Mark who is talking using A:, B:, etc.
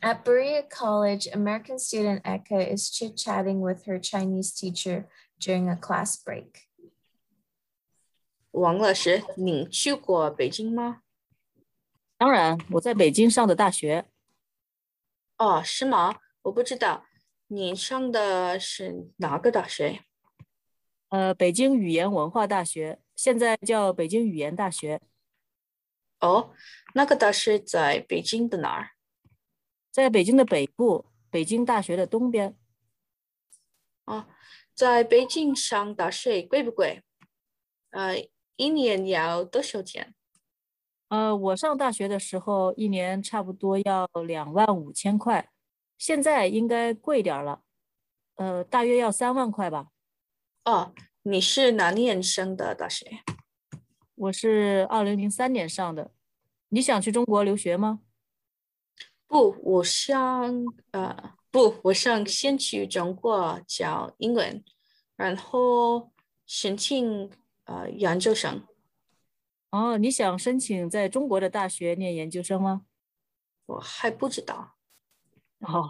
A: At Berea College, American student Eka is chit chatting with her Chinese teacher during a class break.
B: 王老师，您去过北京吗？
C: 当然，我在北京上的大学，
B: 哦，是吗？我不知道，您上的是哪个大学？
C: 呃，北京语言文化大学，现在叫北京语言大学，
B: 哦，那个大学在北京的哪儿？
C: 在北京的北部，北京大学的东边。
B: 哦，在北京上大学贵不贵？呃，一年要多少钱？
C: 呃，我上大学的时候，一年差不多要两万五千块，现在应该贵点儿了，呃，大约要三万块吧。
B: 哦，你是哪年上的大学？
C: 我是二零零三年上的，你想去中国留学吗？
B: 不，我想呃，不，我想先去中国教英文，然后申请呃研究生。
C: 哦，你想申请在中国的大学念研究生吗？
B: 我还不知道。
C: 哦，